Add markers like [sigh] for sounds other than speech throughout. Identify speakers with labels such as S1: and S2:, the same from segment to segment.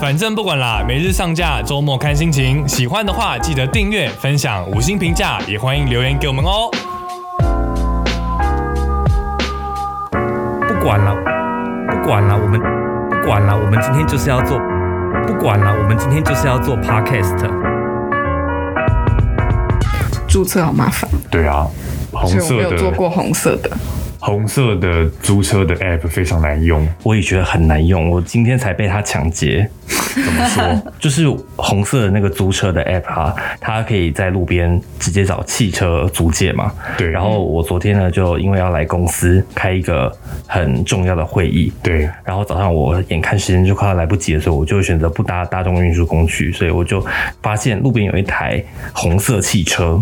S1: 反正不管啦，每日上架，周末看心情。喜欢的话记得订阅、分享、五星评价，也欢迎留言给我们哦。
S2: 不管了，不管了，我们不管了，我们今天就是要做，不管了，我们今天就是要做 podcast。
S3: 注册好麻烦，
S4: 对啊，红
S3: 所以我没
S4: 色
S3: 有做
S4: 的
S3: 过红色的。
S4: 红色的租车的 app 非常难用，
S2: 我也觉得很难用，我今天才被他抢劫。
S4: 怎么说？
S2: [laughs] 就是红色的那个租车的 app 啊，它可以在路边直接找汽车租借嘛。
S4: 对
S2: 然后我昨天呢，就因为要来公司开一个很重要的会议，
S4: 对，
S2: 然后早上我眼看时间就快要来不及的时候，我就选择不搭大众运输工具，所以我就发现路边有一台红色汽车。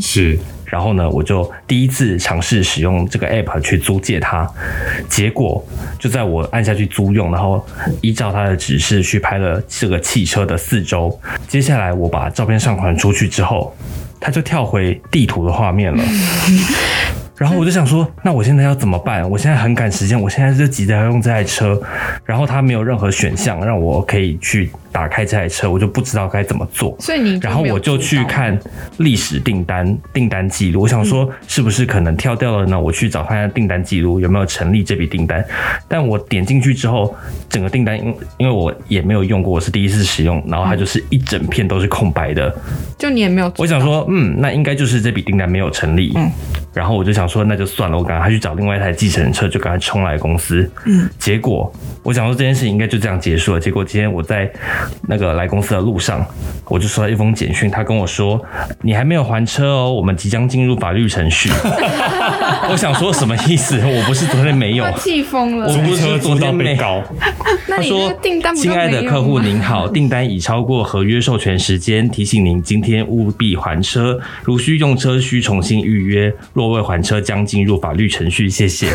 S4: 是
S2: 然后呢，我就第一次尝试使用这个 app 去租借它，结果就在我按下去租用，然后依照它的指示去拍了这个汽车的四周。接下来我把照片上传出去之后，它就跳回地图的画面了。然后我就想说，那我现在要怎么办？我现在很赶时间，我现在就急着要用这台车，然后它没有任何选项让我可以去打开这台车，我就不知道该怎么做。
S3: 所以你
S2: 然后
S3: 嗯没有
S2: 我就
S3: 注
S2: 去
S3: 到
S2: 看历史订单订单记录，我想说是不是可能跳掉了呢？我去找看看订单记录有没有成立这笔订单。但我点进去之后，整个订单因因为我也没有用过，我是第一次使用，然后
S3: 嗯
S2: 它就是一整片都是空白的。
S3: 就你也没有注
S2: 我想说，嗯，那应该就是这笔订单没有成立。
S3: 嗯
S2: 然后我就想说，那就算了，我赶快去找另外一台计程车，就赶快冲来公司。嗯，结果我想说这件事情应该就这样结束了。结果今天我在那个来公司的路上，我就收哎到一封简讯，他跟我说：“你还没有还车哦，我们即将进入法律程 [laughs] 序。”我想说什么意思？ [laughs] 我不是昨天没有
S3: 他。气疯了
S2: 我。不
S4: 租
S2: 是
S4: 车
S2: 昨
S4: 租到
S2: 天没
S4: 被告，
S3: 那
S2: 他
S3: 你那
S2: 说
S3: 个订单：“不就
S2: 亲爱的
S3: 没有
S2: 客户
S3: 吗 [laughs]
S2: 您好，订单已超过合约授权时间，提醒您今天务必还车。如需用车，需重新预约。若未还车，将进入法律程序。
S3: [laughs]
S2: 谢谢。”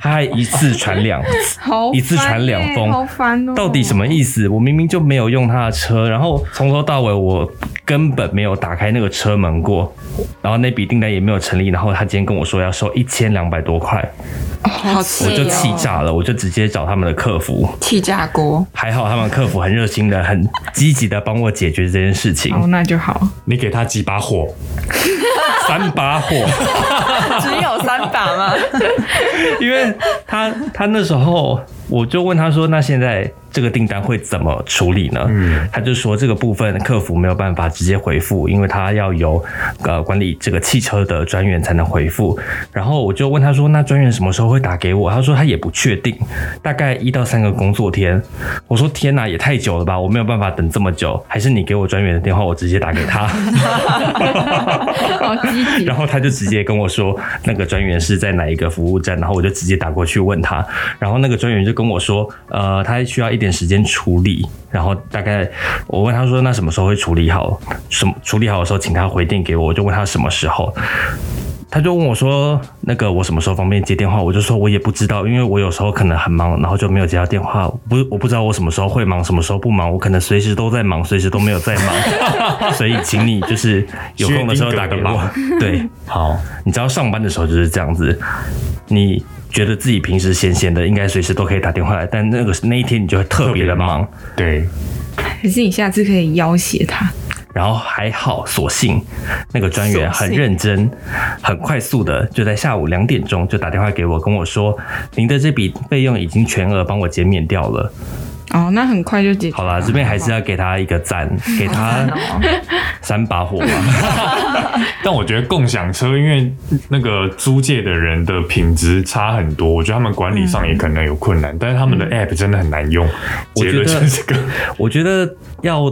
S2: 他还一次传两次。
S3: 好
S2: 一次
S3: 烦
S2: 传两
S3: 欸
S2: 封
S3: 好烦哦。
S2: 到底什么意思？我明明就没有用他的车，然后从头到尾我根本没有打开那个车门过，然后那笔订单也没有成立，然后他今天跟我说要收一千两百多块，
S5: 好
S2: 我就
S5: 气
S2: 气
S5: 哦，
S2: 炸了，我就直接找他们的客服，
S5: 气炸锅！
S2: 还好他们客服很热心的、很积极的帮我解决这件事情。
S3: 哦，那
S2: [laughs]
S3: 就好。
S4: 你给他几把火，
S2: 三把火，
S5: [laughs] 只有三把吗？
S2: [laughs] 因为他他那时候我就问他说，那现在这个订单会怎么处理呢？
S4: 嗯
S2: 他就说这个部分客服没有办法直接回复，因为他要由呃管理这个汽车的专员才能回复。然后我就问他说，那专员什么时候会打给我？他说他也不确定，大概一到三个工作天。我说天哪，也太久了吧，我没有办法等这么久，还是你给我专员的电话，我直接打给他。
S3: 好积极
S2: 然。后他就直接跟我说，那个专员是在哪一个服务站，然后我就直接打过去问他，然后那个专员就跟我说，呃，他需要一点时间处理，然后大概我问他说，那什么时候会处理好？什么处理好的时候，请他回电给我，我就问他什么时候。他就问我说：“那个我什么时候方便接电话？”我就说：“我也不知道，因为我有时候可能很忙，然后就没有接到电话。不，我不知道我什么时候会忙，什么时候不忙。我可能随时都在忙，随时都没有在忙。 [laughs] 所以，请你就是有空的时候打给
S4: 薛定谔
S2: 我。对，
S4: 好，
S2: 你知道上班的时候就是这样子，你觉得自己平时闲闲的，应该随时都可以打电话来，但那个那一天你就会特别的忙。
S4: 对，
S3: 可是你下次可以要挟他，
S2: 然后还好，所幸那个专员很
S3: 索性
S2: 认真、很快速的，就在下午两点钟就打电话给我，跟我说：“您的这笔费用已经全额帮我减免掉了。
S3: 哦，那很快就解”决。
S2: 好啦，这边还是要给他一个赞，给他
S3: [laughs]
S2: 三把火吧。
S4: 但我觉得共享车，因为那个租借的人的品质差很多，我觉得他们管理上也可能有困难，但是他们的 app 真的很难用。
S2: 我
S4: 结论
S2: 觉得
S4: 就是 [laughs] 这个，
S2: [laughs] 我觉得要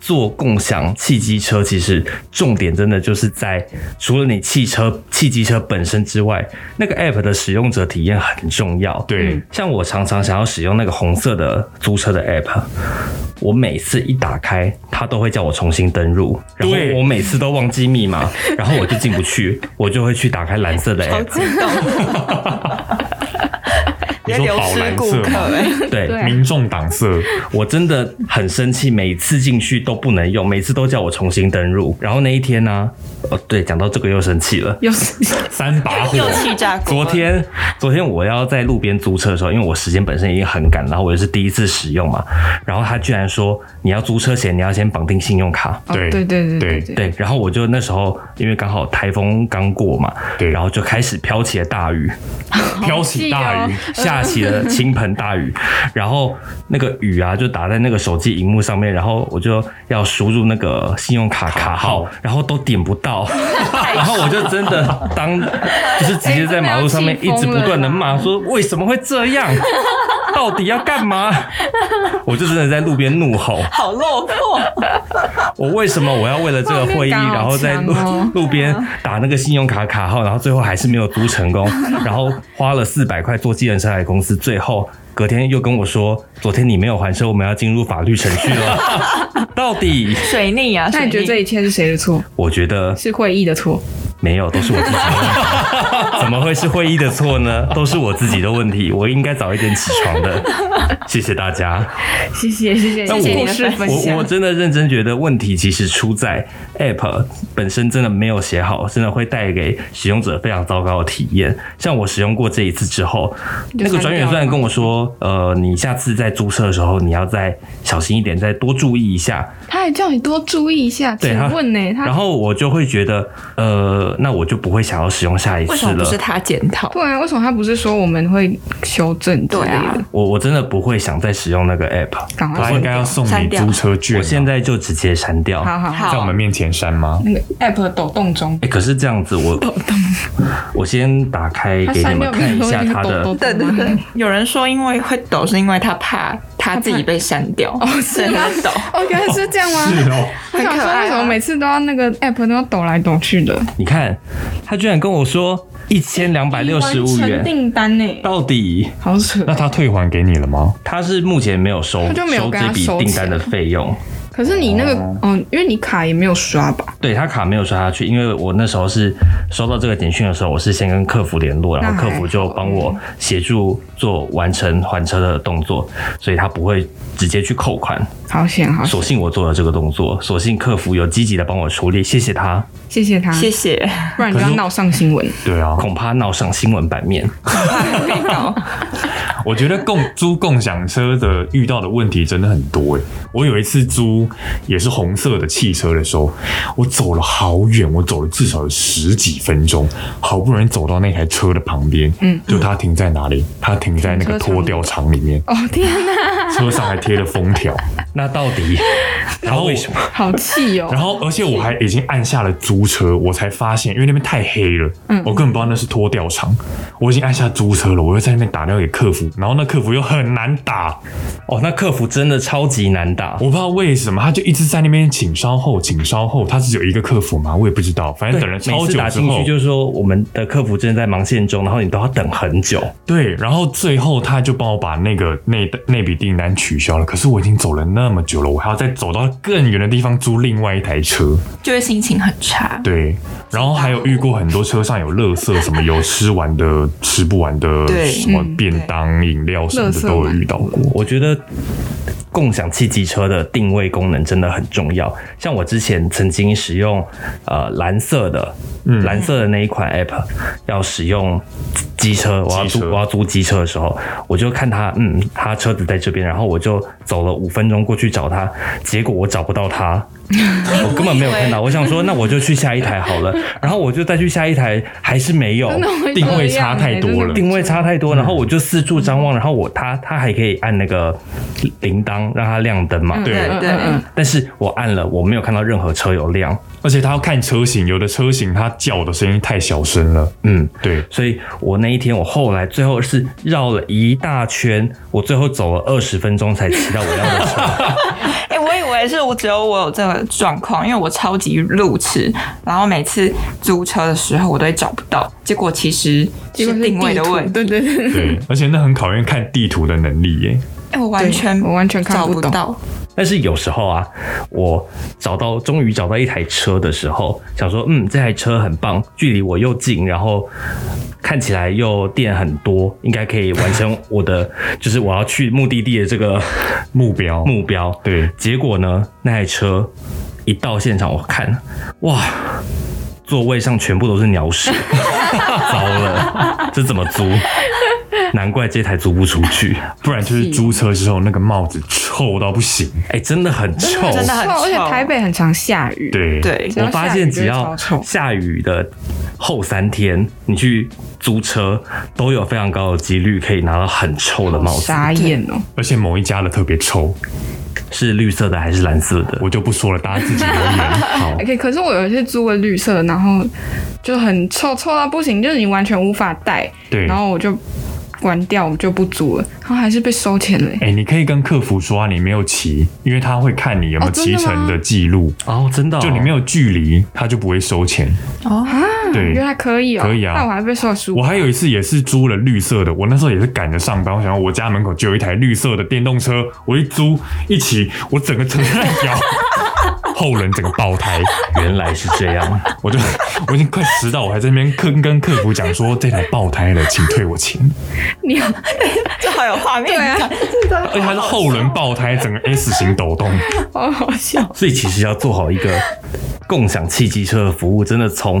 S2: 做共享汽机车，其实重点真的就是在除了你汽车、汽机车本身之外，那个 app 的使用者体验很重要。
S4: 对
S2: 像我常常想要使用那个红色的租车的 app，我每次一打开，它都会叫我重新登录，然后
S4: 对
S2: 我每次都忘记密码，然后我就
S5: 哎 [laughs]
S2: 进不去，我就会去打开蓝色的 app。
S5: 别
S4: 你说
S5: 流
S4: 宝
S5: 失
S4: 蓝
S5: 顾
S4: 色
S5: 客
S4: 吗
S5: 哎、
S2: 对，
S3: 对
S4: 民众党色，
S2: 我真的很生气，每次进去都不能用，每次都叫我重新登录。然后那一天呢、哦，对，讲到这个又生气了。
S3: 又是
S4: 三把火，
S5: 又气炸锅。
S2: 昨天，昨天我要在路边租车的时候，因为我时间本身已经很赶，然后我又是第一次使用嘛，然后他居然说你要租车前你要先绑定信用卡，
S3: 哦
S4: 对
S3: 对对对
S4: 对
S3: 对，
S2: 对，然后我就那时候因为刚好台风刚过嘛，
S4: 对
S2: 然后就开始飘起了大雨，
S4: 飘起大雨
S2: 哦
S3: 好气，
S2: [laughs] 下起了倾盆大雨，然后那个雨啊就打在那个手机荧幕上面，然后我就要输入那个信用卡卡号，然后都点不到，然后我就真的当就是直接在马路上面一哎直不断的骂说为什么会这样，到底要干嘛？我就真的在路边怒吼，
S5: 好落魄，
S2: 我为什么我要为了这个会议，
S3: 画面感好
S2: 然后在路
S3: 强哦
S2: 路边打那个信用卡卡号，然后最后还是没有租
S3: [laughs]
S2: 成功，然后花了四百块坐计程车来公司，最后隔天又跟我说，昨天你没有还车，我们要进入法律程序
S3: [laughs]
S2: 了。到底
S5: 水逆啊！
S3: 那你觉得这
S5: 水逆
S3: 一切是谁的错？
S2: 我觉得
S3: 是会议的错。
S2: 没有，都是我自己的问题，怎么会是会议的错呢？都是我自己的问题，我应该早一点起床的。谢谢大家。
S3: 谢谢谢谢，
S2: 但
S3: 谢
S2: 我
S3: 谢你的分
S2: 我我
S3: 享。
S2: 真的认真觉得问题其实出在 App 本身真的没有写好，真的会带给使用者非常糟糕的体验。像我使用过这一次之后，
S3: 就
S2: 那个转
S3: 删掉
S2: 远
S3: 了
S2: 虽然跟我说，呃，你下次在注册的时候你要再小心一点，再多注意一下。
S3: 他还叫你多注意一下，
S2: 对
S3: 请
S2: 他
S3: 问呢？他
S2: 然后我就会觉得，呃，那我就不会想要使用下一
S5: 为
S2: 次
S5: 什么不
S2: 了。
S5: 是他检讨？
S3: 不然为什么他不是说我们会修正之类
S5: 对啊
S3: 的？
S2: 我我真的不会想再使用那个 app，
S3: 赶快
S5: 哎
S4: 他应该要送你
S5: 哦删掉
S4: 租车券啊。
S2: 我现在就直接删掉。
S3: 好好好，
S4: 在我们面前删吗？
S3: 那个 app 抖动中，
S2: 哎、可是这样子我，我先打开
S3: 他
S2: 给你
S3: 删
S2: 们
S3: 掉
S2: 看一下它的
S3: 抖
S5: 对
S3: 抖
S5: 对
S3: 动
S4: [laughs]
S5: 对，有人说因为会抖是因为他怕他自己被删掉，哦，所以他
S3: 是
S5: 抖。
S3: 哦，原来是这样吗？
S4: 是哦，
S3: 我想说，为什么每次都要那个 app 都要抖来抖去
S5: 啊
S3: 的？
S2: 你看，他居然跟我说一千两百六十五
S3: 完成
S2: 元，
S3: 订单呢，
S2: 到底
S3: 好扯
S4: 那。他退还给你了吗？
S2: 他是目前没有收
S3: 他就没有
S2: 收
S3: 跟
S2: 这
S3: 他
S2: 笔
S3: 收
S2: 订单的费用，
S3: 可是你那个，哦，因为你卡也没有刷吧？
S2: 对他卡没有刷下去，因为我那时候是收到这个简讯的时候，我是先跟客服联络，然后
S3: 那
S2: 客
S3: 还嗯
S2: 服就帮我协助做完成还车的动作，所以他不会直接去扣款。
S3: 好险，好险，
S2: 所幸我做了这个动作，所幸客服有积极的帮我处理，谢谢他，
S3: 谢谢他，
S5: 谢谢，
S3: 不然你就要闹上新闻。
S4: 对啊，
S2: 恐怕闹上新闻
S4: [laughs]
S2: 版面。
S5: 被告
S4: 我觉得共租共享车的遇到的问题真的很多诶、我有一次租也是红色的汽车的时候，我走了好远，我走了至少有十几分钟，好不容易走到那台车的旁边，嗯，就它停在哪里？它停在那个拖吊厂里面，
S3: 哦天哪，
S4: 车上还贴了封条，
S2: 那到底
S4: 然
S2: 他
S4: 后
S2: 为什么？
S3: 好气哦
S4: 然！后，而且我还已经按下了租车，我才发现，因为那边太黑了，我根本不知道那是拖吊厂。我已经按下租车了，我又在那边打电话给客服，然后那客服又很难打，
S2: 哦，那客服真的超级难打
S4: 我。不知道为什么，他就一直在那边请稍后，请稍后。他是有一个客服吗？我也不知道，反正
S2: 对，
S4: 等了超
S2: 每次
S4: 久
S2: 打
S4: 之
S2: 进
S4: 后
S2: 去，就是说我们的客服正在忙线中，然后你都要等很久。
S4: 对，然后最后他就帮我把那个那那笔订单取消了。可是我已经走了那么久了，我还要再走到更远的地方租另外一台车。
S5: 就会心情很差。
S4: 对，然后还有遇过很多车上有垃圾，什么有吃完的、吃不完的，
S5: 对
S4: 什么
S3: 嗯
S4: 便当、饮料什么
S3: 垃
S4: 的
S3: 圾
S4: 都有
S3: 嘛
S4: 遇到过。
S2: 我觉得共享汽机车的定位功能真的很重要。像我之前曾经使用呃蓝色的，蓝色的那一款 app 要使用机车，我要
S4: 机
S2: 租
S4: 车
S2: 我要租机车的时候，我就看他，嗯，他车子在这边，然后我就走了五分钟过去找他，结果我找不到他。我根本没有看到，我想说，那我就去下一台好了，然后我就再去下一台，还是没有，
S3: 真的会
S4: 定位
S3: 这样
S4: 差太
S3: 欸
S4: 多
S3: 真的
S4: 了嗯
S2: 定位差太多，然后我就四处张望，然后我他他还可以按那个铃铛让它亮灯嘛，
S4: 对
S5: 对
S3: 嗯嗯
S5: 对，
S2: 但是我按了，我没有看到任何车有亮，
S4: 而且他要看车型，有的车型他叫的声音太小声了。
S2: 嗯，
S4: 对，
S2: 所以我那一天我后来最后是绕了一大圈，我最后走了二十分钟才骑到我要的车，
S5: 哎、我以为是我只有我有这个状况，因为我超级路痴，然后每次租车的时候我都会找不到，结果其实
S3: 结
S5: 是
S3: 果是
S5: 定位的
S3: 地图
S5: 问题。
S3: 对对对，
S4: 对，而且那很考验看地图的能力耶。
S5: 哎、我完全
S3: 对我完全看
S5: 找
S3: 不
S5: 不
S3: 懂
S5: 到，
S2: 哎、但是有时候啊，我找到终于找到一台车的时候，想说嗯，这台车很棒，距离我又近，然后看起来又电很多，应该可以完成我的
S4: [laughs]
S2: 就是我要去目的地的这个
S4: 目标
S2: 目标。
S4: 对
S2: 结果呢，那台车一到现场，我看哇。座位上全部都是
S4: [laughs]
S2: 鸟屎，糟了，这怎么租？难怪这台租不出去，
S4: 不然就是租车之后那个帽子臭到不行。
S2: 哎、真的很臭，
S5: 真的很
S3: 而且
S5: 臭
S3: 台北很常下雨，，
S4: 对，
S5: 对，
S3: 只要
S2: 我发
S3: 下
S2: 现
S3: 雨就
S2: 只
S3: 会
S2: 要
S3: 超臭
S2: 下雨的后三天，你去租车都有非常高的几率可以拿到很臭的帽子，
S3: 傻眼哦、
S4: 而且某一家的特别臭，
S2: 是绿色的还是蓝色的？
S4: 我就不说了，大家自己留言。好，
S3: 可可是我有一次租了绿色，然后就很臭，臭到不行，就是你完全无法戴。
S4: 对
S3: 然后我就关掉，我就不租了，然后还是被收钱嘞、
S4: 哎、你可以跟客服说啊，你没有骑，因为他会看你有没有
S3: 哦真
S4: 骑
S3: 的吗
S4: 乘的记录，
S2: 哦，真的哦、
S4: 就你没有距离，他就不会收钱。
S5: 哦，
S4: 对
S3: 原来可以哦、
S4: 嗯可以啊
S3: 但我还被收书
S4: 我。还有一次也是租了绿色的，我那时候也是赶着上班，我想我家门口就有一台绿色的电动车，我一租一骑，我整个车在摇，后轮整个爆胎，
S2: 原来是这
S3: [laughs]
S2: 样，
S4: [laughs] 我就我已经快迟到，我还在那边跟跟客服讲说这台爆胎了，请退我钱，
S3: [laughs] 你
S5: 就好有画面
S3: 对啊
S5: 感，真的
S4: 而且它是后轮爆胎，整个 S 型抖动。
S3: 好好笑，
S2: 所以其实要做好一个共享汽机车的服务，真的从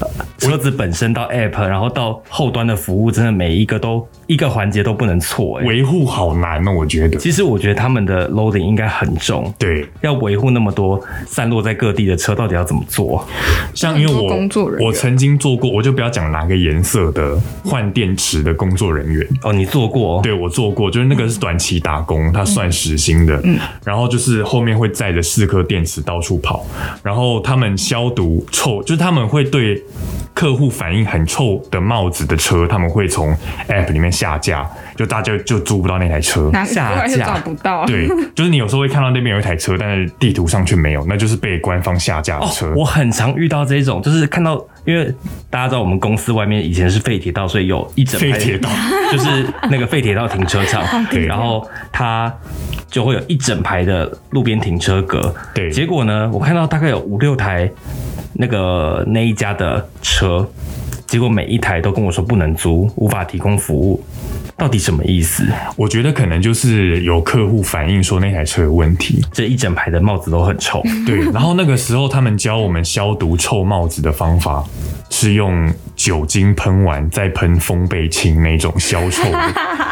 S2: 呃车子本身到 App，然后到后端的服务，真的每一个都一个环节都不能错、哎，
S4: 维护好难哦，我觉得。
S2: 其实我觉得他们的 loading 应该很重，
S4: 对，
S2: 要维护那么多散落在各地的车，到底要怎么做？
S4: 像因为
S3: 很多
S4: 我
S3: 工作人员
S4: 我曾经做过，我就不要讲哪个颜色的换电池的工作人员，
S2: 哦，你做过？
S4: 对我做过，就是那个是短期打工，
S3: 嗯
S4: 他算时薪的，然后就是后面会载着四颗电池到处跑，然后他们消毒臭，就是他们会对客户反映很臭的帽子的车，他们会从 App 里面下架，就大家就租不到那
S3: [laughs]
S4: 台车，
S3: 难
S2: 下
S3: 怪是
S2: 架
S3: 找不到。
S4: 对，就是你有时候会看到那边有一台车，但是地图上却没有，那就是被官方下架的车。
S2: 哦
S3: 哦
S2: 我很常遇到这种，就是看到，因为大家知道我们公司外面以前是废铁道，所以有一整排
S4: 废铁
S2: [laughs]
S4: 道，
S2: 就是那个废铁道停车 [laughs] 场，
S4: 对
S2: 然后它就会有一整排的路边停车格，
S4: 对
S2: 结果呢，我看到大概有五六台那个那一家的车，结果每一台都跟我说不能租，无法提供服务，到底什么意思？
S4: 我觉得可能就是有客户反映说那台车有问题，
S2: 这一整排的帽子都很 [laughs] 臭。
S4: 对。然后那个时候他们教我们消毒臭帽子的方法是用酒精喷完，再喷风贝清那种消臭的，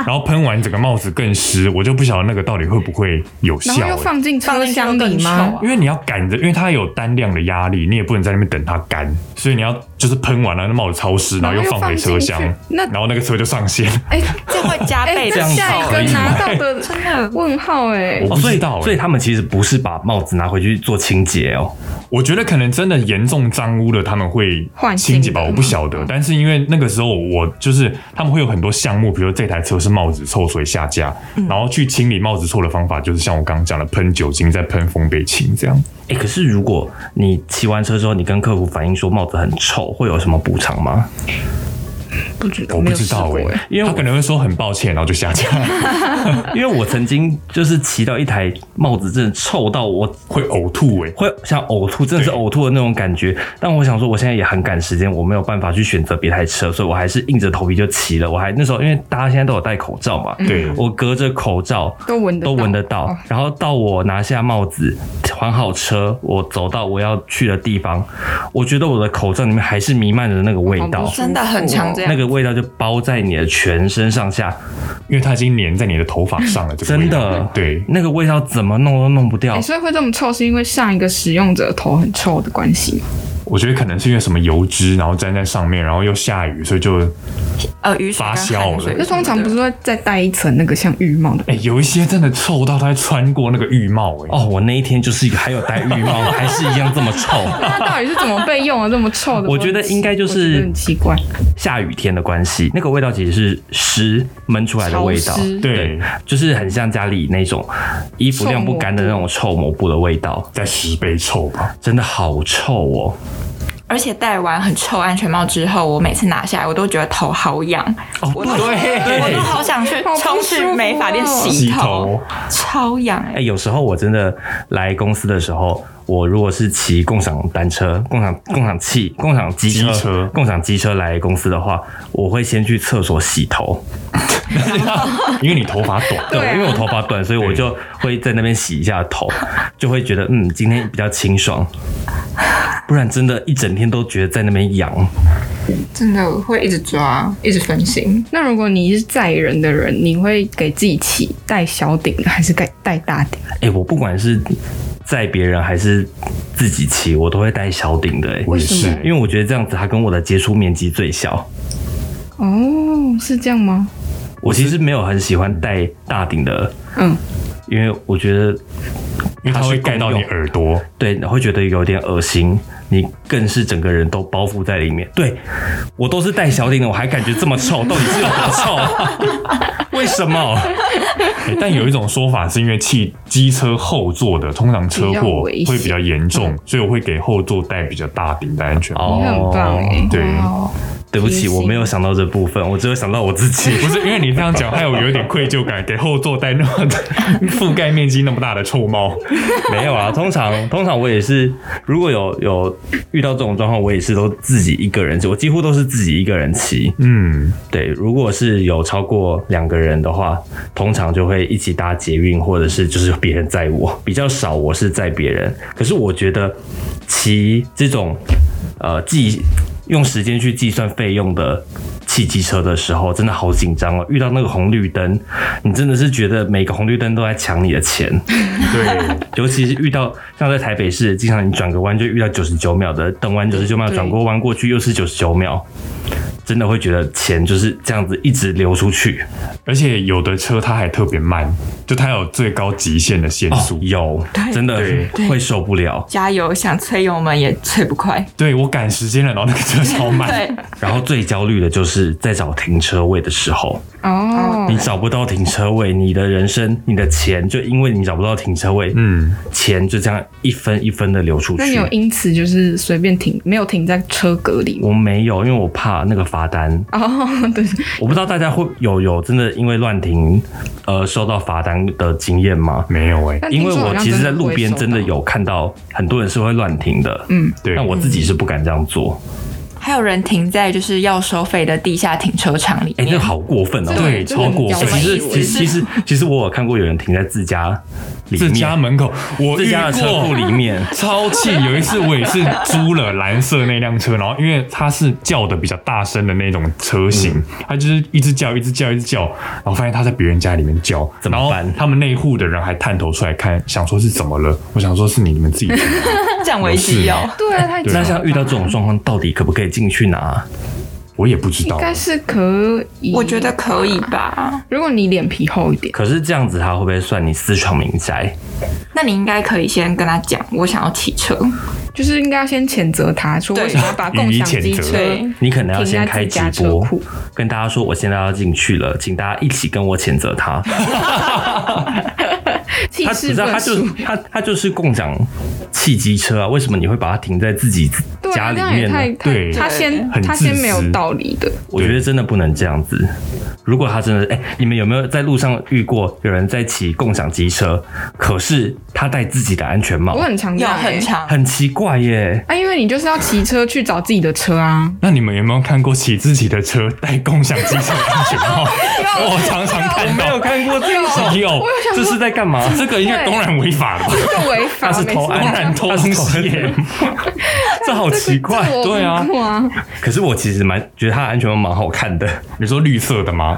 S4: 然后喷完整个帽子更湿。我就不晓得那个到底会不会有
S3: 然后
S4: 效欸
S3: 又、啊放进车厢里
S5: 放进车更
S3: 吗
S5: 臭？
S4: 因为你要赶着，因为它有单量的压力，你也不能在那边等它干，所以你要就是喷完了，那帽子潮湿，然后又放回车厢
S3: 然后又放进，去那
S4: 然后那个车就上线。
S3: 哎
S5: 这样会加
S3: 哎，
S5: 倍
S3: 这
S5: 的
S3: 下一
S5: 臭，
S3: 个拿到的
S5: [laughs] 真的
S3: 问号哎、
S4: 我
S2: 哦
S4: 不
S2: 所以
S4: 知道、欸
S2: 所以他们其实不是把帽子拿回去做清洁哦，
S4: 我觉得可能真的严重脏污了，他们会
S3: 换新
S4: 清洁吧，
S3: 的嗯
S4: 我不晓得。但是因为那个时候我就是他们会有很多项目，比如这台车是帽子臭，所以下架，
S3: 嗯
S4: 然后去清理帽子臭的方法就是像我刚刚讲的，喷酒精再喷风贝清这样。
S2: 哎、可是如果你骑完车之后，你跟客服反映说帽子很臭，会有什么补偿吗？
S3: 不知道，
S4: 我
S3: 没
S4: 不
S3: 有
S4: 知
S5: 欸
S4: 道
S3: 试
S4: 哎、
S3: 过哎、
S2: 因为
S4: 他可能会说很抱歉，然后就下架，
S2: 因为我曾经就是骑到一台帽子，真的臭到我
S4: 会呕吐哎、
S2: 会想呕吐，真的是
S4: 对
S2: 呕吐的那种感觉。但我想说，我现在也很赶时间，我没有办法去选择别台车，所以我还是硬着头皮就骑了。我还那时候因为大家现在都有戴口罩嘛， [laughs]
S4: 对
S2: 我隔着口罩
S3: 都闻得
S2: 都闻得
S3: 到
S2: 到
S3: 哦。
S2: 然后到我拿下帽子，还好车，我走到我要去的地方，我觉得我的口罩里面还是弥漫着那个味
S3: 好
S2: 道
S3: 哦不。
S4: 哦
S5: 真的很常这样
S2: 那。个味道就包在你的全身上下，
S4: 因为它已经粘在你的头发上了，这个
S2: 真
S4: 味道
S2: 的，
S4: 对。
S2: 那个味道怎么弄都弄不掉
S3: 哎，。所以会这么臭，是因为上一个使用者头很臭的关系吗。
S4: 我觉得可能是因为什么油脂，然后粘在上面，然后又下雨，所以就
S5: 呃雨水
S4: 发
S5: 跟
S4: 酵
S5: 汗
S4: 了
S5: 水
S3: 那
S5: 什么
S3: 通常
S5: 的
S3: 不是会再戴一层那个像浴帽的？
S4: 哎、有一些真的臭到它会穿过那个浴帽哎、
S2: 哦，我那一天就是一个还有戴浴帽，
S3: [laughs]
S2: 还是一样这么臭。
S3: [laughs] 那它到底是怎么被用的这么臭的东西？
S2: 我觉得应该就是
S3: 我觉得很奇怪，
S2: 下雨天的关系，那个味道其实是湿闷出来的味道
S3: 潮，湿
S4: 对，
S2: 就是很像家里那种衣服晾不干的那种臭抹布的味道，
S4: 在十倍臭吧。
S2: 真的好臭哦！
S5: 而且戴完很臭安全帽之后，我每次拿下来，我都觉得头好痒，
S3: 哦
S5: 我都我都好想去
S3: 好不
S5: 冲去
S3: 舒服
S5: 美发店
S3: 哦
S5: 洗
S4: 啊洗
S5: 头，
S4: 头
S5: 超痒哎、
S2: 哎、有时候我真的来公司的时候，我如果是骑共享单车、共享共享汽、共享机车、
S4: 机车
S2: 共享机车来公司的话，我会先去厕所洗头。
S4: 因为你头发短，
S3: 对啊
S2: 因为我头发短，所以我就会在那边洗一下头，就会觉得嗯，今天比较清爽。不然真的，一整天都觉得在那边痒。
S5: 真的会一直抓，一直分心。
S3: 那如果你是载人的人，你会给自己起戴小顶的还是给戴大顶？
S2: 哎、我不管是载别人还是自己骑，我都会戴小顶的、哎，
S4: 我也是，因为
S2: 因为我觉得这样子，它跟我的接触面积最小。
S3: 哦，是这样吗？
S2: 我其实没有很喜欢戴大顶的，
S3: 嗯，
S2: 因为我觉得
S4: 因为它会盖到你耳朵，
S2: 对会觉得有点恶心，你更是整个人都包覆在里面。对我都是戴小顶的，我还感觉这么臭，到底是有多 [laughs] 臭？为
S4: [laughs]
S2: 什么？
S4: 欸但有一种说法是因为汽机车后座的通常车
S3: 比较
S4: 祸
S3: 危险
S4: 会比较严重，所以我会给后座戴比较大顶的安全帽。
S2: 哦
S3: 你很棒哎、
S4: 对，
S2: 对不起，
S3: 提醒
S2: 我没有想到这部分，我只有想到我自己。 [laughs]
S4: 不是因为你这样讲，害我有一点愧疚感，给后座戴那么大 [laughs] 覆盖面积那么大的臭帽。
S2: 没有啊，通常通常我也是，如果有有遇到这种状况，我也是都自己一个人骑，我几乎都是自己一个人骑。
S4: 嗯，
S2: 对，如果是有超过两个人的话，通常就会一起搭捷运，或者是就是别人载我，比较少我是载别人。可是我觉得骑这种呃计用时间去计算费用的汽机车的时候，真的好紧张哦！遇到那个红绿灯，你真的是觉得每个红绿灯都在抢你的钱。
S4: 对，
S2: 尤其是遇到像在台北市，经常你转个弯就遇到九十九秒的，等完九十九秒
S3: 对
S2: 转过弯过去又是九十九秒，真的会觉得钱就是这样子一直流出去。
S4: 而且有的车它还特别慢，就它有最高极限的限速。
S2: 有
S5: 对
S2: 真的
S4: 哦对
S2: 会受不了。
S5: 加油！想催油门也催不快。
S4: 对我赶时间了，然后那个车超 [laughs] 慢。
S5: 对，
S2: 然后最焦虑的就是在找停车位的时候，
S3: 哦，
S2: 你找不到停车位，你的人生、你的钱就因为你找不到停车位，
S4: 嗯，
S2: 钱就这样一分一分的流出
S3: 那你
S2: 去
S3: 有。因此就是随便停，没有停在车格里吗？
S2: 我没有，因为我怕那个罚单。
S3: 哦，对，
S2: 我不知道大家会有有真的因为乱停，呃，收到罚单的经验吗？
S4: 没有哎、
S3: 但
S2: 因
S3: 听
S2: 为
S3: 说好
S2: 我
S3: 像
S2: 其实，在
S3: 不
S2: 路
S3: 会
S2: 边
S3: 收
S2: 真的
S3: 到，
S2: 有看到很多人是会乱停的，
S3: 嗯，
S4: 对，
S2: 但我自己是不敢这样做。
S5: 还有人停在就是要收费的地下停车场里
S2: 哎、这
S5: 面，
S2: 好过分哦！
S4: 对
S3: 这个
S4: 超过
S3: 这个
S5: 分
S2: 其实
S5: 什么
S2: 其实
S5: 意思
S2: 其实其实我有看过有人停在自家里
S4: 自
S2: 面，
S4: 家门口，我
S2: 自
S4: 遇
S2: 家的车
S4: 过
S2: 库里面，
S4: 超气！有一次我也是租了蓝色那辆车，然后因为它是叫的比较大声的那种车型，
S2: 嗯
S4: 它就是一直叫，一直叫，一直叫，然后发现它在别人家里面叫，
S2: 怎么办
S4: 然后他们内户的人还探头出来看，想说是怎么了？我想说是你们自己停的，
S5: 占为己有。
S3: 对啊，太
S4: 对啊
S2: 那像遇到这种状况，到底可不可以进去拿？
S4: 我也不知道
S3: 应。该是可以，
S5: 我觉得可以吧？
S3: 如果你脸皮厚一点，
S2: 可是这样子，他会不会算你私闯民宅？
S5: 那你应该可以先跟他讲，我想要骑车。
S3: 就是应该要先谴责他，说
S5: 对
S3: 为什么要把共享
S4: 予
S3: 机
S4: 以谴责
S3: 车
S5: 对
S2: 你可能要
S3: 停
S2: 先
S3: 在自
S2: 开直
S3: 家车
S2: 播
S3: 库，
S2: 跟大家说我现在要进去了，请大家一起跟我谴
S3: [laughs]
S2: 责他。
S3: 气
S2: 他
S3: 势
S2: 只是他
S3: 不
S2: 就
S3: 俗？
S2: 他他就是共享汽机车啊，为什么你会把它停在自己
S3: 对
S2: 家
S3: 啊，这
S2: 里
S3: 样也
S2: 面
S3: 太
S2: 呢？
S3: 太
S4: 对
S3: 他先
S4: 很
S3: 他
S4: 自
S3: 先没有
S4: 私
S3: 道理的，
S2: 我觉得真的不能这样子。如果他真的哎、你们有没有在路上遇过有人在骑共享机车，可是他戴自己的安全
S3: 我
S2: 帽，
S3: 很常这
S5: 有
S3: 样、欸，
S5: 很长，
S2: 很奇怪耶。
S3: 啊，因为你就是要骑车去找自己的车啊，
S4: 那你们有没有看过骑自己的车带共享机车安全
S3: [laughs] 哦
S4: 帽？我常常看
S2: 没有
S4: 到，
S2: 看过这
S4: 有
S2: 种，
S4: 我有
S3: 想
S2: 哦这是在干嘛？
S4: 这个应该公然违法了吧？
S3: 这违法，
S2: 他是
S3: 没
S2: 偷
S3: 错
S2: 安
S4: 公然偷
S2: [laughs]
S4: 东西耶，
S2: 这好奇怪。
S3: 这我
S4: 对啊
S3: 没过啊，
S2: 可是我其实蛮觉得他的安全帽蛮好看的，
S4: 你说绿色的吗？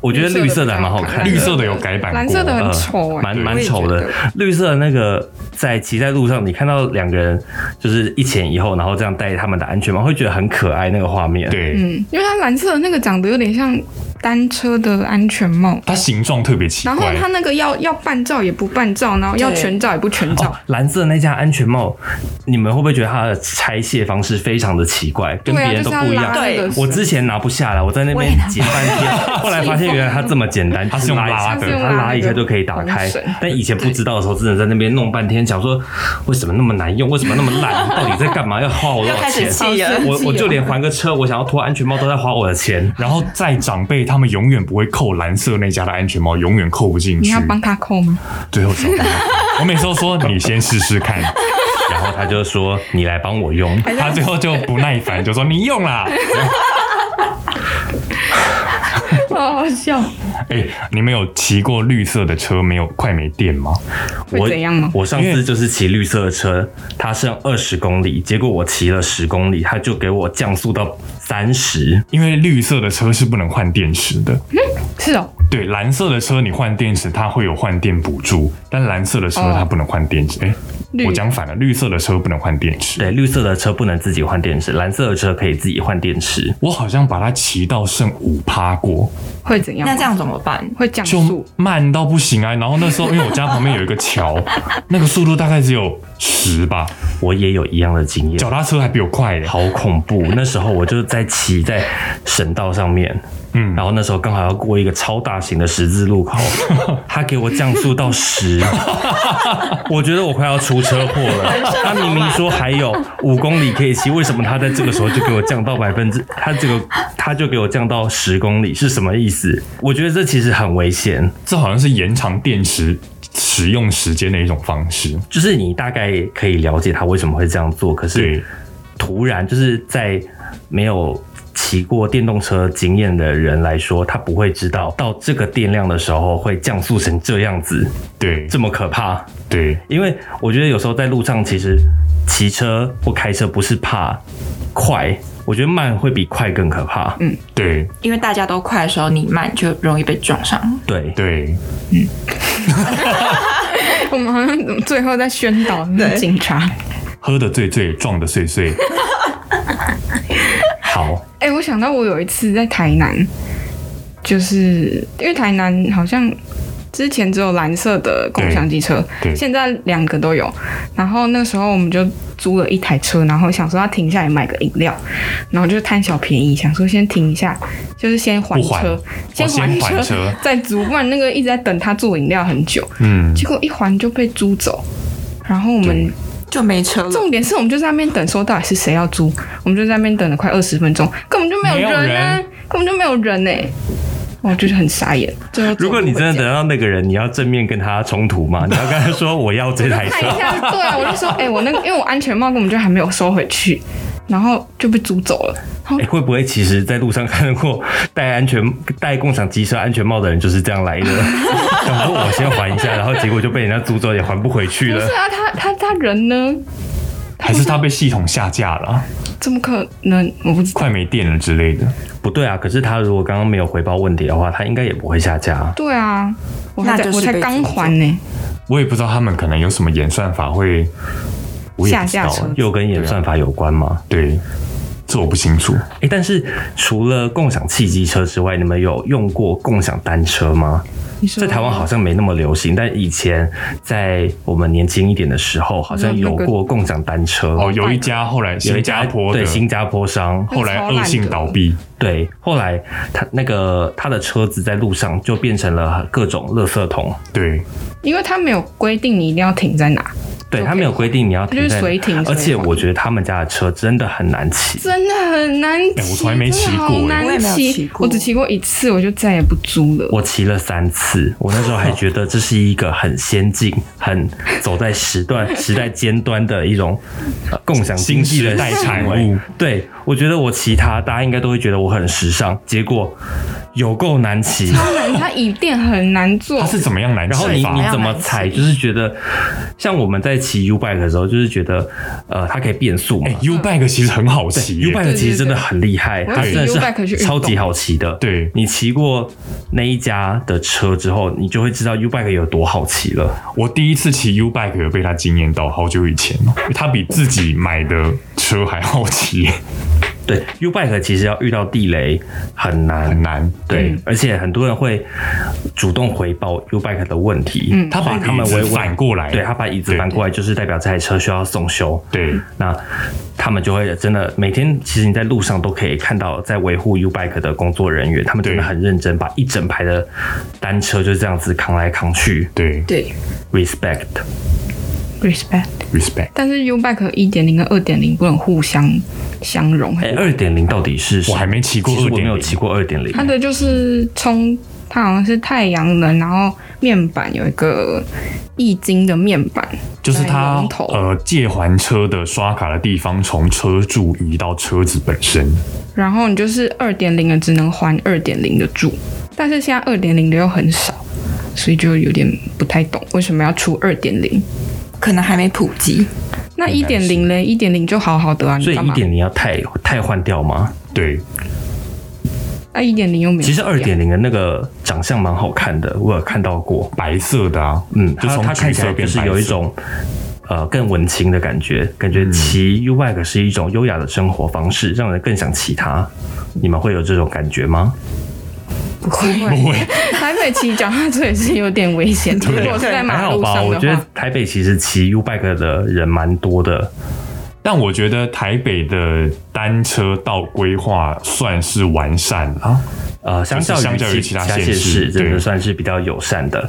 S2: 我觉得绿色的还蛮好看的，呃
S4: 绿色的有改版过，
S3: 蓝色的很丑哎、
S2: 蛮
S3: 我
S2: 蛮
S3: 也
S2: 丑的
S3: 觉得。
S2: 绿色的那个在骑在路上，你看到两个人就是一前一后，然后这样戴他们的安全帽，会觉得很可爱那个画面。，
S4: 对，
S3: 嗯，因为它蓝色的那个长得有点像单车的安全帽，
S4: 它形状特别奇
S3: 然后
S4: 怪
S3: 它。那个要要半罩也不半罩，然后要
S5: 对
S3: 全罩也不全罩
S2: 哦，，蓝色那家安全帽，你们会不会觉得它的拆卸方式非常的奇怪，跟
S3: 对
S2: 别
S3: 啊，
S2: 人
S3: 就是
S2: 都
S3: 要
S2: 不一
S3: 拉
S2: 样？
S3: 那个
S5: 对
S3: 绳，
S2: 我之前拿不下来，我在那边解半天， [laughs] 后来发现原来它这么简单，
S4: 它是用拉
S2: 拉
S4: 的
S3: 它是用
S2: 它
S3: 拉
S2: 拉一
S3: 那
S2: 下
S3: 个
S2: 就可以打开
S3: 绳。
S2: 但以前不知道的时候，真的在那边弄半天，想说，为什么那么难用？为什么那么烂？到底在干嘛？要花我多
S5: 又
S2: 少
S5: 开
S2: 钱
S5: 始？气了。
S2: 我我就连还个车，我想要脱安全帽都在花我
S3: [laughs]
S2: 的钱。
S4: 然后在长辈他们永远不会扣蓝色那家的安全帽，永远扣不进
S3: 你
S4: 去
S3: 要。帮他扣吗？
S4: 最后找不到，我每次都说你先试试
S3: [laughs]
S4: 看，
S2: 然后他就说：“你来帮我用。”
S4: 他最后就不耐烦就说你用啦。 [laughs]
S3: 好好笑，
S4: 哎、你们有骑过绿色的车没有快没电吗？
S3: 会怎样吗？
S2: 我上次就是骑绿色的车，它剩二十公里，结果我骑了十公里，它就给我降速到三十。
S4: 因为绿色的车是不能换电池的，
S3: 是哦，
S4: 对，蓝色的车你换电池它会有换电补助，但蓝色的车它不能换电池。哎、
S3: 哦绿
S4: 我讲反了，绿色的车不能换电池。
S2: 对，绿色的车不能自己换电池，蓝色的车可以自己换电池。
S4: 我好像把它骑到剩五趴过，
S3: 会怎样吗？
S5: 那这样怎么办？
S3: 会降
S4: 就
S3: 速，
S4: 慢到不行啊。然后那时候因为我家旁边有一个桥，那个速度大概只有十吧，
S2: 我也有一样的经验，
S4: 脚踏车还比我快耶。
S2: 好恐怖！那时候我就在骑在省道上面，嗯，然后那时候刚好要过一个超大型的十字路口，他给我降速到十，我觉得我快要出车祸了。他明明说还有五公里可以骑，为什么他在这个时候就给我降到百分之？他这个他就给我降到十公里，是什么意思？我觉得这其实很危险，
S4: 这好像是延长电池使用时间的一种方式。
S2: 就是你大概可以了解他为什么会这样做，可是
S4: 对。
S2: 突然就是在没有骑过电动车经验的人来说，他不会知道到这个电量的时候会降速成这样子，
S4: 对
S2: 这么可怕。
S4: 对，
S2: 因为我觉得有时候在路上，其实骑车或开车不是怕快，我觉得慢会比快更可怕。嗯，
S4: 对
S5: 因为大家都快的时候，你慢就容易被撞上。
S2: 对。
S4: 对，
S3: 我们好像怎么最后在宣导那个警
S5: [laughs]
S3: 察？
S4: 喝的醉醉，撞的碎碎。好，
S3: 哎、我想到我有一次在台南，就是因为台南好像之前只有蓝色的共享机车
S4: 对对，
S3: 现在两个都有。然后那时候我们就租了一台车，然后想说要啊停下来买个饮料，然后就贪小便宜，想说先停一下，就是先还
S4: 不还
S3: 车
S4: 哦，
S3: 还
S4: 先还车
S3: 再租，不然那个一直在等他做饮料很久，
S4: 嗯，
S3: 结果一还就被租走。然后我们
S5: 就没车了。
S3: 重点是我们就在那边等，说到底是谁要租，我们就在那边等了快二十分钟，根本就没有
S4: 没有
S3: 人啊
S4: 人，
S3: 根本就没有人呢、我就是很傻眼。最后走
S2: 如果你
S3: 回
S2: 真的
S3: 家
S2: 等到那个人，你要正面跟他冲突嘛？你要跟他说 [laughs] 我要这台
S3: 看
S2: 车
S3: 一，下，对啊，我就说， [laughs] 哎、我那个因为我安全帽根本就还没有收回去，然后就被租走了。
S2: [laughs]
S3: 然后
S2: 欸、会不会其实，在路上看过戴安全戴共享机车安全帽的人就是这样来的？ [laughs] 想说我先还一下，然后结果就被人家租走，也还不回去
S3: 不
S2: 了
S3: 是。啊，他他他人呢？
S4: 还是它被系统下架了，
S3: 怎么可能？我不知道。
S4: 快没电了之类的。
S2: 不对啊，可是他如果刚刚没有回报问题的话，他应该也不会下架啊。
S3: 对啊，我
S5: 那
S3: 才
S5: 就是
S3: 我才
S5: 被
S3: 刚
S5: 租走
S3: 还呢、
S4: 我也不知道他们可能有什么演算法会，我也不知
S3: 下架
S4: 道
S3: 车
S4: 欸。
S2: 又跟演算法有关吗？
S4: 对，这我不清楚。
S2: 哎、但是除了共享汽机车之外，你们有用过共享单车吗？
S3: 你说
S2: 在台湾好像没那么流行，但以前在我们年轻一点的时候，好像有过共享单车。
S4: 哦，有一家后来
S2: 有
S4: 新
S2: 一
S4: 加
S2: 家
S4: 坡的
S2: 对，新加坡商，
S4: 后来恶性倒闭，
S2: 对，后来他那个他的车子在路上就变成了各种垃圾桶，
S4: 对，
S3: 因为他没有规定你一定要停在哪，
S2: 对
S3: OK
S2: 他没有规定你要停
S3: 就是
S2: 在
S3: 随停随
S2: 而且
S3: 放
S2: 我觉得他们家的车真的很难骑。
S3: 真的很难骑，
S4: 哎我从来没骑
S3: 真的
S4: 过
S3: 好
S4: 哎
S3: 难
S5: 我也没有
S3: 骑
S5: 骑过
S3: 我只骑过一次，我就再也不租了。
S2: 我骑了三次，我那时候还觉得这是一个很先进、很走在时
S3: [laughs]
S2: 段时代尖端的一种、呃共享经济
S4: 新
S2: 的
S4: 时代
S2: 行
S4: 产
S2: 为
S4: 物
S2: 对，我觉得我骑它，大家应该都会觉得我很时尚。结果有够难骑，
S3: 超难，它椅垫很难坐
S4: 它。是怎么样难
S2: 然后
S4: 吃
S2: 你
S4: 法？
S2: 你怎么踩，就是觉得像我们在骑 U bike 的时候，就是觉得呃，它可以变速嘛。
S4: 哎，U bike 其实很好骑耶
S2: U bike 其实真的很厉害，
S3: 对
S2: 它
S3: 对
S2: 真
S3: 对我有
S2: 的
S3: 骑 U-bike 去
S2: 是
S3: 运动
S2: 超级好骑的。
S4: 对
S2: 你骑过那一家的车之后，你就会知道 U bike 有多好骑了。
S4: 我第一次骑 U bike 有被它惊艳到，好久以前哦，它比自己买的车还好骑，
S2: 对，U bike 其实要遇到地雷很难，
S4: 很难。
S2: 对，
S3: 嗯
S2: 而且很多人会主动回报 U bike 的问题，
S3: 嗯
S2: 他把
S4: 把
S2: 他们
S4: 椅子
S2: 为
S4: 反过来
S2: 对他把椅子反过来，就是代表这台车需要送修。
S4: 对，
S2: 那他们就会真的每天，其实你在路上都可以看到，在维护 U Bike 的工作人员，他们真的
S4: 对
S2: 很认真，把一整排的单车就这样子扛来扛去
S4: 对，
S5: 对，
S2: ，respect。
S3: respect。
S4: respect。
S3: 但是 U Bike 一点零跟二点零不能互相相容，
S2: 哎，二点零到底是什么？
S4: 我还没骑过
S2: 其实我没有
S4: 2.0
S2: 骑过二点零。
S3: 它的就是充，它好像是太阳能，然后面板有一个易经的面板，
S4: 就是
S3: 在
S4: 它
S3: 龙头
S4: 呃借还车的刷卡的地方，从车柱移到车子本身。
S3: 然后你就是二点零的只能还二点零的住，但是现在二点零的又很少，所以就有点不太懂为什么要出二点零。
S5: 可能还没普及。
S3: 那一点零嘞，一点零就好好的啊，
S2: 所
S3: 你
S2: 以
S3: 干
S2: 一
S3: 嘛？
S2: 点零要太太换掉吗？
S4: 对，
S3: 那啊一点零又没有
S2: 其实
S3: 不一
S2: 二
S3: 样
S2: 点零的那个长相蛮好看的，我有看到过。
S4: 白色的啊，
S2: 嗯，
S4: 就
S2: 它
S4: 从
S2: 它看
S4: 橘
S2: 起来
S4: 色
S2: 就
S4: 变
S2: 是
S4: 白色嗯
S2: 有一种呃更文青的感觉，感觉骑 U bike 是一种优雅的生活方式，让人更想骑它。你们会有这种感觉吗？
S3: 不会，台北骑脚踏车也是有点危险的。如果是在
S2: 啊还
S3: 马
S2: 好
S3: 路
S2: 吧，
S3: 上
S2: 我
S3: 的
S2: 觉得
S3: 话，
S2: 台北其实骑 U bike 的人蛮多的，
S4: 但我觉得台北的单车道规划算是完善啊了、
S2: 呃，相
S4: 就
S2: 较
S4: 是相
S2: 于
S4: 较于其他县
S2: 县
S4: 市
S2: 真的
S4: 对
S2: 算是比较友善的。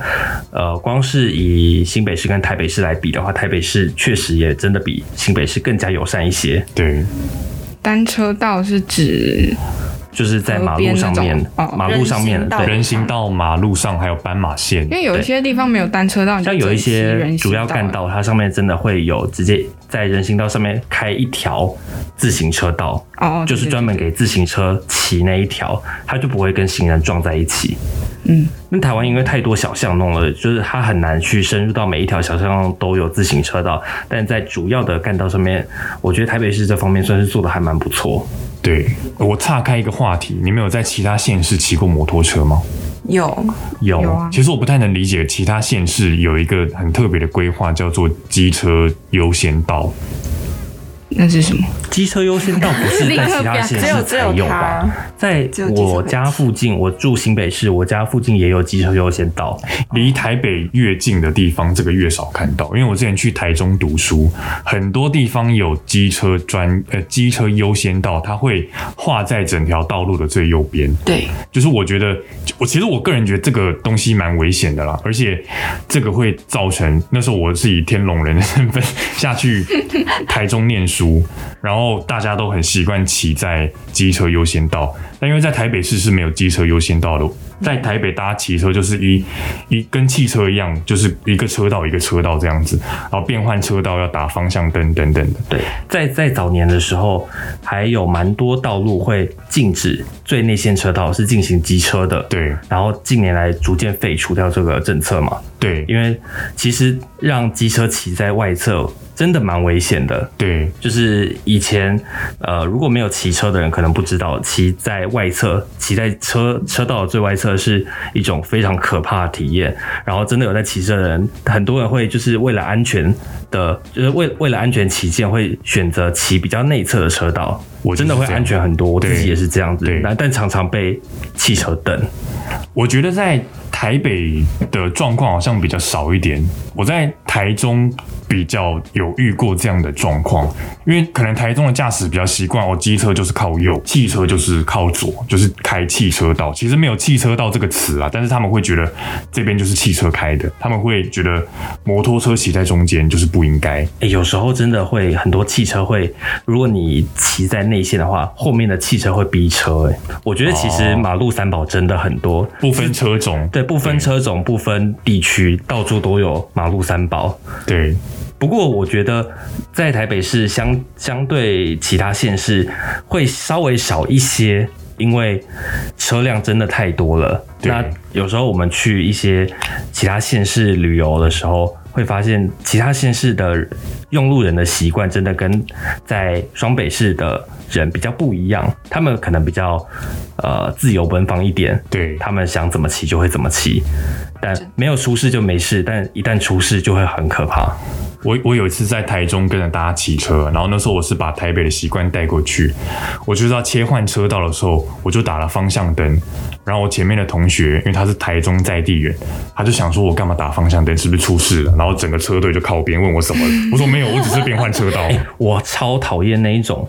S2: 呃，光是以新北市跟台北市来比的话，台北市确实也真的比新北市更加友善一些，
S4: 对，
S3: 单车道是指
S2: 就是在马
S3: 河
S2: 路
S3: 边
S2: 上
S3: 那种
S2: 面，
S3: 哦
S2: 马路上面
S5: 人行道
S2: 对。
S4: 人行道、马路上还有斑马线，
S3: 因为有一些地方没有单车道，你就
S2: 像有
S3: 只能
S2: 一
S3: 骑
S2: 些
S3: 人行啊
S2: 主要干道，它上面真的会有直接在人行道上面开一条自行车道，
S3: 哦，哦
S2: 就是专门给自行车骑那一条，它就不会跟行人撞在一起。
S3: 嗯，
S2: 那台湾因为太多小巷弄了，就是它很难去深入到每一条小巷弄都有自行车道，但在主要的干道上面，我觉得台北市这方面算是做的还蛮不
S5: [laughs]
S2: 错。
S4: 对，我岔开一个话题，你们有在其他县市骑过摩托车吗？
S5: 有，
S2: 有
S3: 有啊，
S4: 其实我不太能理解，其他县市有一个很特别的规划，叫做机车优先道。
S3: 哦那是什么？
S2: 机车优先道不是在其他县
S5: 只有
S2: 市
S5: 只
S2: 才
S5: 有
S2: 有吧
S5: 它？
S2: 在
S5: 只有机车
S2: 我家附近，我住新北市，我家附近也有机车优先道。
S4: 离台北越近的地方，这个越少看到。因为我之前去台中读书，很多地方有机车专呃机车优先道，它会画在整条道路的最右边。
S5: 对，
S4: 就是我觉得，我其实我个人觉得这个东西蛮危险的啦，而且这个会造成那时候我是以天龙人的身份 [laughs] 下去台中念书，然后大家都很习惯骑在机车优先道，但因为在台北市是没有机车优先道的，在台北大家骑车就是一一跟汽车一样，就是一个车道一个车道这样子，然后变换车道要打方向灯等等的，
S2: 对，在在早年的时候，还有蛮多道路会禁止最内线车道是进行机车的。。
S4: 对
S2: 然后近年来逐渐废除掉这个政策嘛，
S4: 对
S2: 因为其实让机车骑在外侧真的蛮危险的。
S4: 对
S2: 就是以前，呃，如果没有骑车的人可能不知道，骑在外侧，骑在车车道的最外侧是一种非常可怕的体验。然后真的有在骑车的人，很多人会就是为了安全的，就是为为了安全起见，会选择骑比较内侧的车道。
S4: 我就
S2: 真
S4: 是
S2: 的会
S4: 这样
S2: 安全很多，我自己
S4: 对
S2: 也是这样子
S4: 对。
S2: 那但常常被汽车等。
S4: 我觉得在台北的状况好像比较少一点，我在台中比较有遇过这样的状况，因为可能台中的驾驶比较习惯，哦，机车就是靠右，汽车就是靠左，就是开汽车道。其实没有汽车道这个词啊，但是他们会觉得这边就是汽车开的，他们会觉得摩托车骑在中间就是不应该。
S2: 欸，有时候真的会很多汽车会，如果你骑在内线的话，后面的汽车会逼车、欸。我觉得其实
S4: 哦
S2: 马路三宝真的很多，
S4: 不分车种，
S2: 对，不分车种、不分地区，到处都有马路三宝。
S4: 对，
S2: 不过我觉得在台北市相相对其他县市会稍微少一些，因为车辆真的太多了。
S4: 对
S2: 那有时候我们去一些其他县市旅游的时候，会发现其他县市的用路人的习惯真的跟在双北市的人比较不一样，他们可能比较呃自由奔放一点，
S4: 对
S2: 他们想怎么骑就会怎么骑。但没有出事就没事，但一旦出事就会很可怕。
S4: 我我有一次在台中跟着大家骑车，然后那时候我是把台北的习惯带过去，我就是要切换车道的时候，我就打了方向灯，然后我前面的同学，因为他是台中在地人，他就想说我干嘛打方向灯，是不是出事了？然后整个车队就靠边问我怎么了，我说没有，我只是变换车道。
S2: 我超讨厌那一种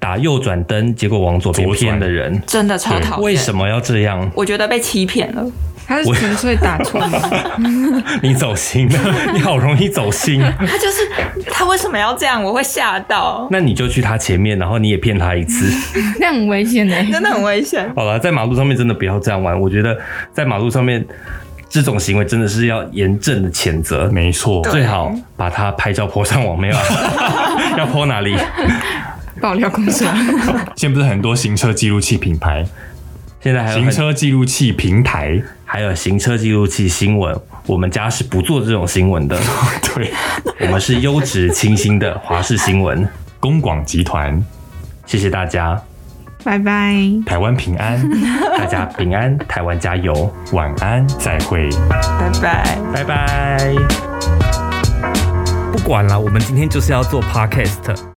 S2: 打右转灯结果往左边
S4: 左转
S2: 偏的人，
S5: 真的超讨厌。
S2: 为什么要这样？
S5: 我觉得被欺骗了，
S3: 他是纯粹打错
S2: [laughs]
S3: 吗？
S2: 你走心，你好容易走
S4: [laughs]
S2: 心。
S5: 他就是他为什么要这样？我会吓到，
S2: 那你就去他前面，然后你也骗他一次。
S3: 那很危险欸呢、
S5: 真的很危险。
S2: 好了，在马路上面真的不要这样玩。我觉得在马路上面这种行为真的是要严正的谴责，
S4: 没错，
S2: 最好把他拍照 po 上网，没有、啊？
S4: [laughs]
S2: 要 po 哪里？
S3: 爆料公司，啊
S2: [laughs]
S4: 现在不是很多行车记录器品牌、
S2: 现在还有
S4: 行
S2: 很
S4: 车记录器平台， [laughs]
S2: 还有行车记录器新闻，我们家是不做这种新闻的，
S4: 对，
S2: 我们是优质清新的华视新闻。
S4: 公广集团、
S2: 谢谢大 [laughs] 家，
S3: 拜拜。
S4: 台湾平安，
S2: 大家平安，台湾加油，
S4: 晚安，再会。
S5: 拜拜。
S2: 拜拜。不管了，我们今天就是要做 podcast。